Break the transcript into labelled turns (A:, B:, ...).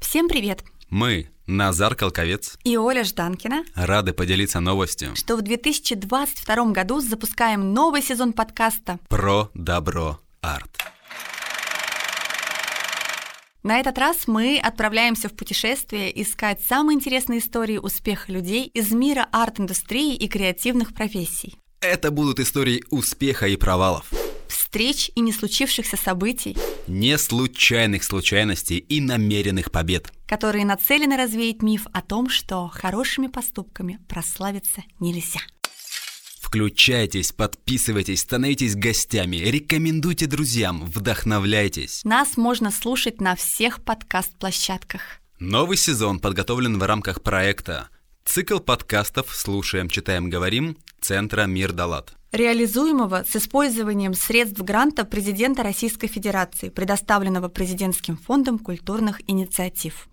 A: Всем привет!
B: Мы, Назар Колковец,
A: И Оля Жданкина,
B: рады поделиться новостью
A: что в 2022 году запускаем новый сезон подкаста.
B: про добро арт.
A: На этот раз мы отправляемся в путешествие искать самые интересные истории успеха людей из мира арт-индустрии и креативных профессий.
B: Это будут истории успеха и провалов,
A: Встреч и не случившихся событий,
B: не случайных случайностей и намеренных побед.
A: которые нацелены развеять миф о том, что хорошими поступками прославиться нельзя.
B: Включайтесь, подписывайтесь, становитесь гостями, рекомендуйте друзьям, вдохновляйтесь.
A: Нас можно слушать на всех подкаст-площадках.
B: Новый сезон подготовлен в рамках проекта «Цикл подкастов «Слушаем, читаем, говорим» Центра «Мир Далат».
A: реализуемого с использованием средств гранта президента Российской Федерации, предоставленного Президентским фондом культурных инициатив.